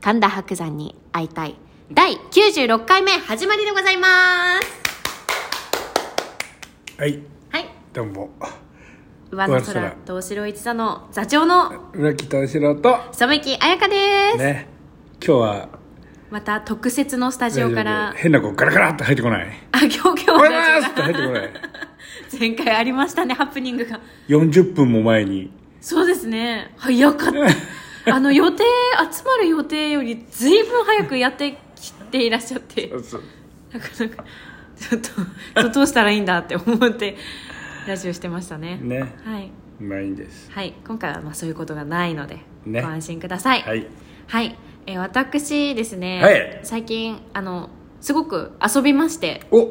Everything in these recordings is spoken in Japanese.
神田伯山に会いたい第96回目始まりでございますはいはいどうも上野上野空空と城一座の座長の村木敏郎と染木彩香です、ね今日はまた特設のスタジオから変な子ガラガラって入ってこないあ今日今「お日は同ようございます!」って入じってこない前回ありましたねハプニングが40分も前にそうですね早かった あの予定集まる予定よりずいぶん早くやってきていらっしゃってなかなかちょっとどどうしたらいいんだって思ってラジオしてましたねねはい、まあいいんですはい、今回はまあそういうことがないので、ねご安心くださいははい、いえー私ですね、はい最近あのすごく遊びましてお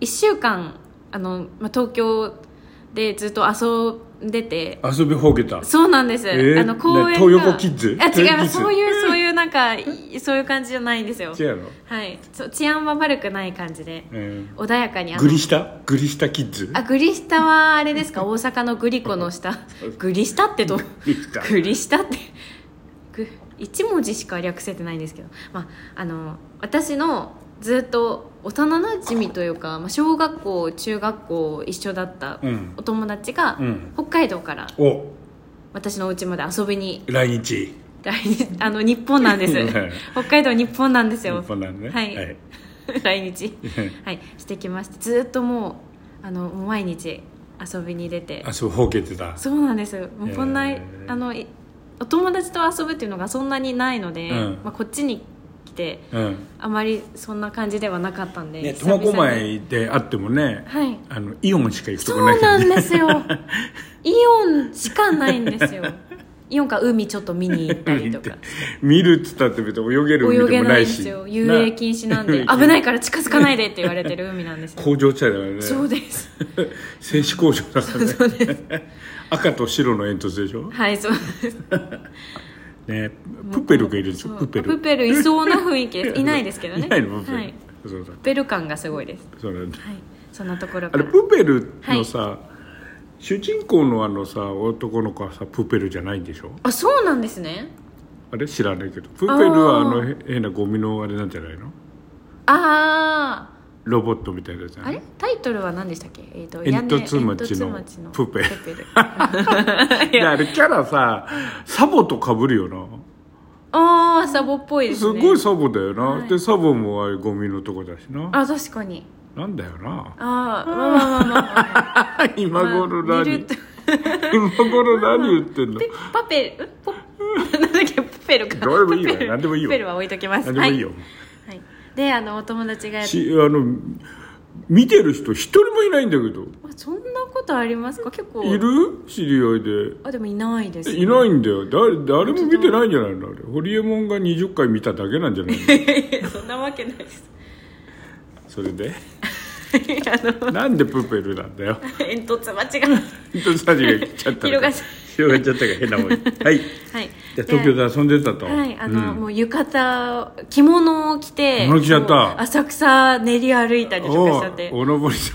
1週間あの、まあ、東京でずっと遊んでて遊びほうけたそうなんです、えーあの公園がね東横キッズあ違いますそう東横キッいう そういうなんかいそういう感じじゃないんですよ違うのはいそう治安は悪くない感じでうん穏やかにあのグリ下グリ下キッズあグリスタはあれですか 大阪のグリコの下グリスタってどうグリスタグリスタってぐ一文字しか略せてないんですけど、まあ、あの私のずっと幼なじみというか、まあ、小学校中学校一緒だったうんお友達が、うん北海道からお私のお家まで遊びに来日来日あの日本なんです はい北海道日本なんです日よ本なんねはい、 来日はいしてきましてずっともうあのもう毎日遊びに出て遊びほうけてたそうなんですもうこんな、へーあのいお友達と遊ぶっていうのがそんなにないので、うんまあ、こっちに来てうんあまりそんな感じではなかったんで、ね久々苫に小牧であってもねはいあのイオンしか行くとそこうないかならねんですよ イオンしかないんですよイオンか海ちょっと見に行ったりとか見るっつったって別に泳げる泳海げでもなないんいでしすよ遊泳禁止なんでな危ないから近づかないでって言われてる海なん ですよ工場地帯だからねそう です製紙工場だからね赤と白の煙突でしょ、はいそうですね、プペルがいるんですよそうプペルプペルいそうな雰囲気ですいないですけどね いないのプペル、はい、そうだプペル感がすごいですそうなんだはいそんなところあかれらプペルのさ、主人公のあのさ男の子はさプペルじゃないんでしょあそうなんですねあれ知らないけどプペルはああーのへ変なゴミのあれなんじゃないのあロボットみたいなやつじゃあなあいれタイトルは何でしたっけえっ、と煙突屋根町の煙突町のプペルペルいやあれキャラさサボとかぶるよなああサボっぽいですすねごいサボだよな、はいでサボもああいうゴミのとこだしなあ確かになんだよなあーまあまあまあまあまあ 今頃まあ何、見ると 今頃何言ってんのペパペルんポなんだっけプペルかどうでもいいわプペル何でもいいわプペルは置いときます何でもいいよ、はい、はい、であのお友達がやっしあの見てる人一人もいないんだけどあそんなことありますか結構いる知り合いであでもいないですえいないんだよ誰誰も見てないんじゃないのあれホリエモンが20回見ただけなんじゃない のいそんなわけないです それであのなんでプペルなんだよ煙突間違えまし人差しが来ちゃったのか広がっちゃったから変なもんはいたはいじゃあ東京で遊んでたとはいあの、うんもう浴衣着物を着て着物着ちゃったもう浅草練り歩いたりとかしちゃっておうおのぼりさん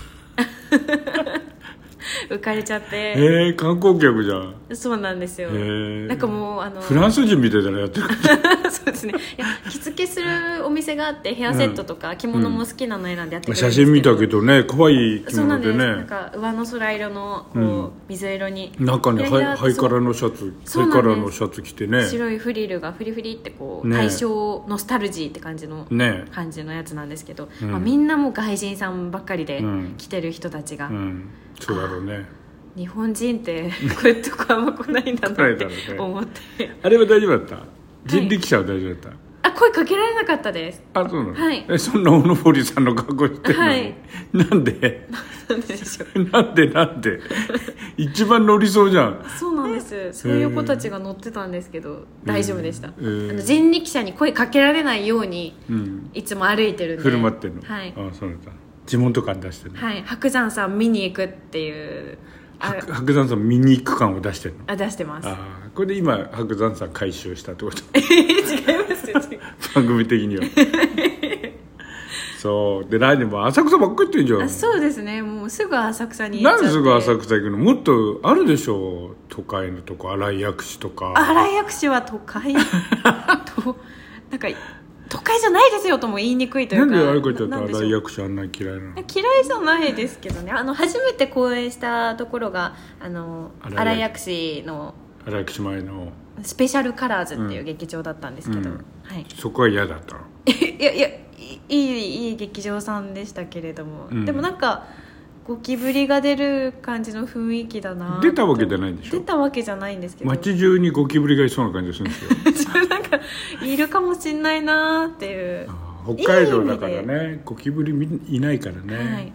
浮かれちゃってえー、観光客じゃんそうなんですよへーなんかもうあのフランス人みたいだなやってる そうですねいや着付けするお店があってヘアセットとか着物も好きなの選んでやってくれるんですけど写真見たけどね可愛い着そうな物んで、ですねなんか上の空色のこう、うん水色に中ねいやいハやイハイカラのシャツそうハイなカんですラのシャツ着てね白いフリルがフリフリってこう、ね大正ノスタルジーって感じのね感じのやつなんですけど、うんまあ、みんなもう外人さんばっかりでうん来てる人たちが、うんそうだろうね日本人って こういうとこあんま来ないんだ来なないってだろうね思って、あれは大丈夫だった人力車は大丈夫だっあ声かけられなかった ですたあそうなの、はいえそんなおのぼりさんの格好してるのに、はいな んでなんででしょうなんでなん で一番乗りそうじゃんそうなんですそういう子たちが乗ってたんですけど大丈夫でした、へーあの人力車に声かけられないようにうんいつも歩いてるんで振る舞ってんの、はいあそうなんだ呪文とか出してるの、はい、白山さん見に行くっていうあ白白山さん見に行く感を出してるのあ出してますああこれで今白山さん回収したってこと 違います よ違う番組的にはそうで何でも浅草ばっかり行ってんじゃあんそうですねもうすぐ浅草に行っなちゃんってですぐ浅草行くのもっとあるでしょう都会のとこ新井薬師とか 新井薬師は都会となんか都会じゃないですよとも言いにくいといなうんかであゆかちゃんとななんでしょう新井役者あんなに嫌いなの嫌いじゃないですけどねあの初めて公演したところがあの新井新井薬師の新井岸前のスペシャルカラーズっていううん劇場だったんですけど、うんはい そこは嫌だったのいやいやいいいいい劇場さんでしたけれども、うんでもなんかゴキブリが出る感じの雰囲気だな出たわけじゃないんでしょ出たわけじゃないんですけど街中にゴキブリがいそうな感じがするんですよ なんかいるかもしんないなーっていう、あー北海道だからねゴキブリみいないからね、はい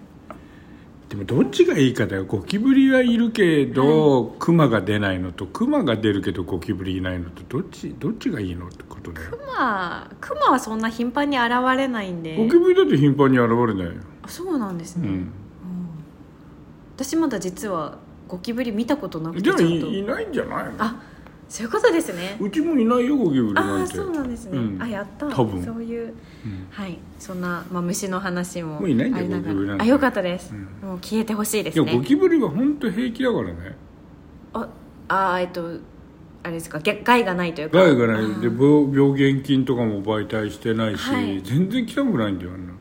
でもどっちがいいかだよゴキブリはいるけど、クマが出ないのとクマが出るけどゴキブリいないのとどっちどっちがいいのってことだよまあクマはそんな頻繁に現れないんでゴキブリだって頻繁に現れないよ、あそうなんですうね、ん、私まだ実はゴキブリ見たことなくてじゃあちゃんといいないんじゃないのあそういうことですねうちもいないよゴキブリあなあんてそうなんですね、うんあやった多分そういううんはいそんな、まあ、虫の話ももういないんだよありがゴキブリなんらてあよかったです、うんもう消えてほしいでいすやゴねキブリは本当平気だからねああーえっとあれですかげ害がないというか害がなあいーで病病原菌とかも媒体してないし、はい全然汚くないんだよあんな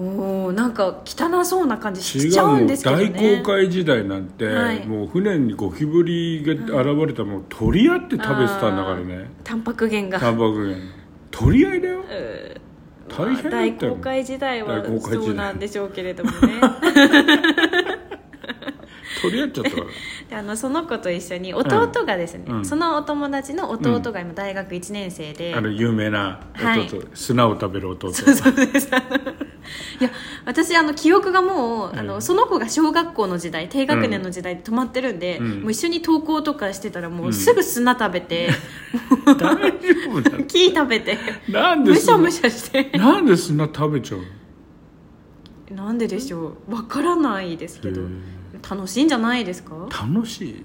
おおなんか汚そうな感じ違しちゃううんのですけどね大航海時代なんて、はいもう船にゴキブリが現れたものを取り合って食べてたんだからねタンパク源がタンパク源取り合いだようー大変だったよ大航海時代は大航海時代そうなんでしょうけれどもね取り合っちゃったから であのその子と一緒に弟がですね、うんそのお友達の弟が今大学1年生で、あの有名な弟、はい砂を食べる弟そうですあのいや私あの記憶がもう、あうのんその子が小学校の時代低学年の時代で泊まってるんで、うんもう一緒に登校とかしてたらもううんすぐ砂食べ て、大丈 夫なの木食べてなんでむしゃ砂むしゃしてなんで砂食べちゃうのなんででしょうわからないですけどへ楽しいんじゃないですかはい楽しい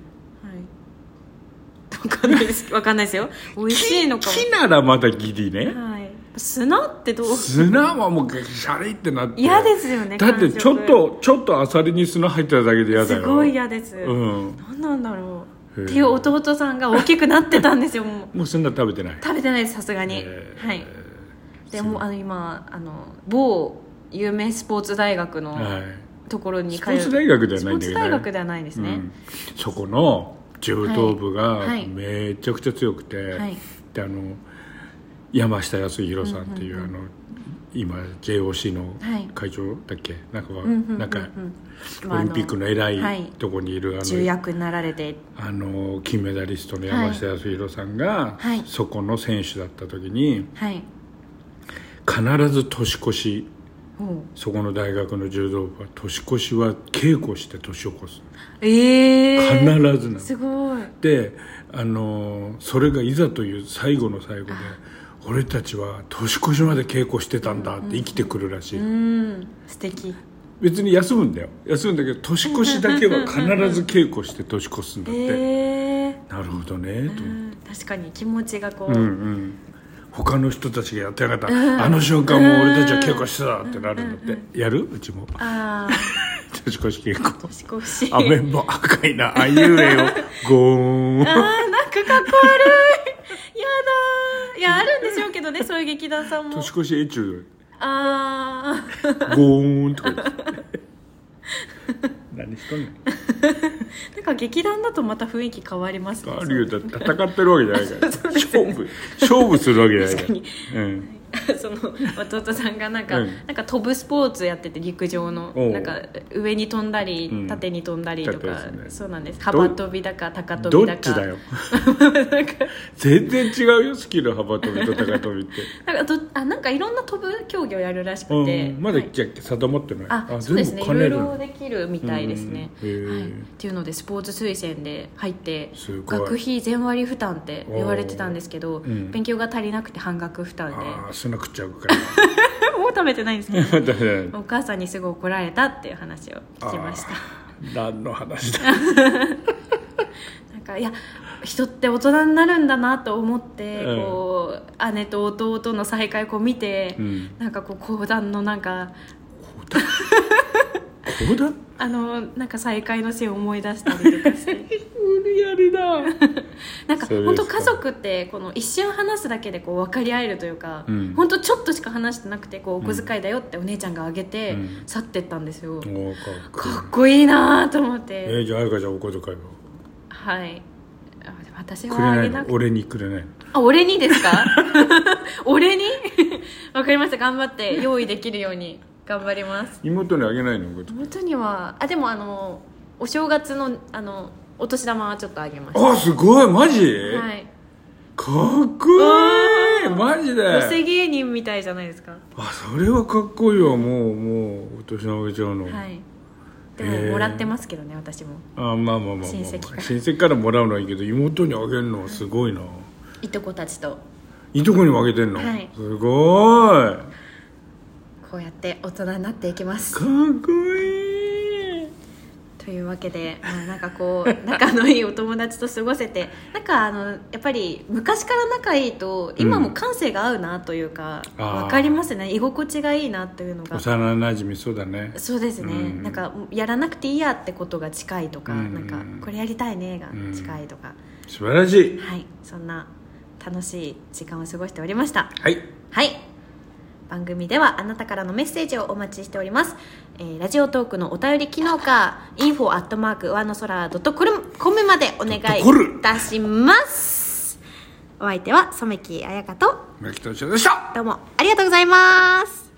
わかんないですわかんないですよ美味しいのか木ならまだギリねも、はい、砂ってどう砂はもうシャリってなって嫌ですよねだって感触ちょっとちょっとアサリに砂入ってただけで嫌だすよごい嫌です、うんなんなんだろうへっえていう弟さんが大きくなってたんですよもうもう砂食べてない食べてないですさすがにへえはいでもうあの今あの某有名スポーツ大学のはいところにスポーツ大学ではないんだスポーツけどね大学ではないですうね、んそこの柔道部はがいはいめちゃくちゃ強くて、はいであの山下康弘さんっていう,、あの今 JOC のはい会長だっけ、なんかは、うんうんうんうんなんかまあオあリンピックの偉はいいとこにいる、あの重役になられてあの金メダリストの山下康弘さんが、はいはいそこの選手だった時にはい必ず年越しおうそこの大学の柔道部は年越しは稽古して年を越すえ必えずなの、すごいであのそれがいざという最後の最後で俺たちは年越しまで稽古してたんだって生きてくるらしい、うん素敵別に休むんだよ休むんだけど年越しだけは必ず稽古して年越すんだって、ええなるほどねと思って。うん確かに気持ちがこう、うんうん、他の人たちがやってなかった、あの瞬間もう俺たちは稽古してたってなるんだって、やるうちもああ年越し稽古年越しアメンボ赤いなあいうえをゴーンあーなんかかっこ悪いやだーいやあるんでしょうけど ねそういう劇団さんも年越しエチュああードゴーンとか言って何しとんねん なんか劇団だとまた雰囲気変わりますねあるよだって戦ってるわけじゃないから勝負勝負するわけじゃないから確う ん、その弟さんがなんか、うんなんか飛ぶスポーツやってて陸上のおうなんか上に飛んだり、うん縦に飛んだりと縦でか、すねそうなんです幅跳びだか高跳どびだっかちだよなんか全然違うよスキル幅跳びと高跳びって なんかどあなんかいろんな飛ぶ競技をやるらしくて、うん、まだはいじゃあ定まってない、あそうですねい兼ろねいるのろできるみたいですね、うんへえはい、っていうのでスポーツ推薦で入ってすごい学費全割負担って言われてたんですけど、ーうん勉強が足りなくて半額負担でああ砂食っちゃうから もう食べてないんですけだねどお母さんにすごい怒られたっていう話を聞きましたあー 何の話 だなんかいや人って大人になるんだなと思って、うんこう姉と弟の再会をこう見て、うんなんかこう講談のなんかこだあのなんか再会のシーンを思い出したりとかして 無理やりだなんかそうですか本当家族ってこの一瞬話すだけでこう分かり合えるというか、うん本当ちょっとしか話してなくてこうお小遣いだよってお姉ちゃんがあげて、うん去ってったんですよ、おーかっこいいかっこいいなと思ってえーじゃあ愛花ちゃんお小遣いははいあでも私くはあれなげいなのくて俺にくれないのあ俺にですか 俺に わかりました頑張って用意できるように頑張ります妹にあげないのお小遣い本当にはあでもあのお正月のあのお年玉はちょっとあげましたあすごいマジ、はいかっこいいマジで寄せ芸人みたいじゃないですかあそれはかっこいいわもうもうお年の上ちゃうの、はいでへもーもらってますけどね私もあまあまあまあまあ、まあ、親親戚から戚からもらうのはいいけど妹にあげるのはすごいないとこたちといとこにもあげてんの、はいすごいかっこうやって大人になっていきますこいいというわけで、まあ、なんかこう 仲のいいお友達と過ごせてなんかあのやっぱり昔から仲いいと今も感性が合うなというか、あわー分かりますね居心地がいいなというのが幼なじみそうだねそうですね、うんなんかやらなくていいやってことが近いとか、うんなんかこれやりたいねが近いとか、素晴らしいはいそんな楽しい時間を過ごしておりましたはいはい番組ではあなたからのメッセージをお待ちしております、えーラジオトークのお便り機能か info アットマーク上の空 .com までお願いいたしますお相手は染木彩香と牧田翔でしたどうもありがとうございます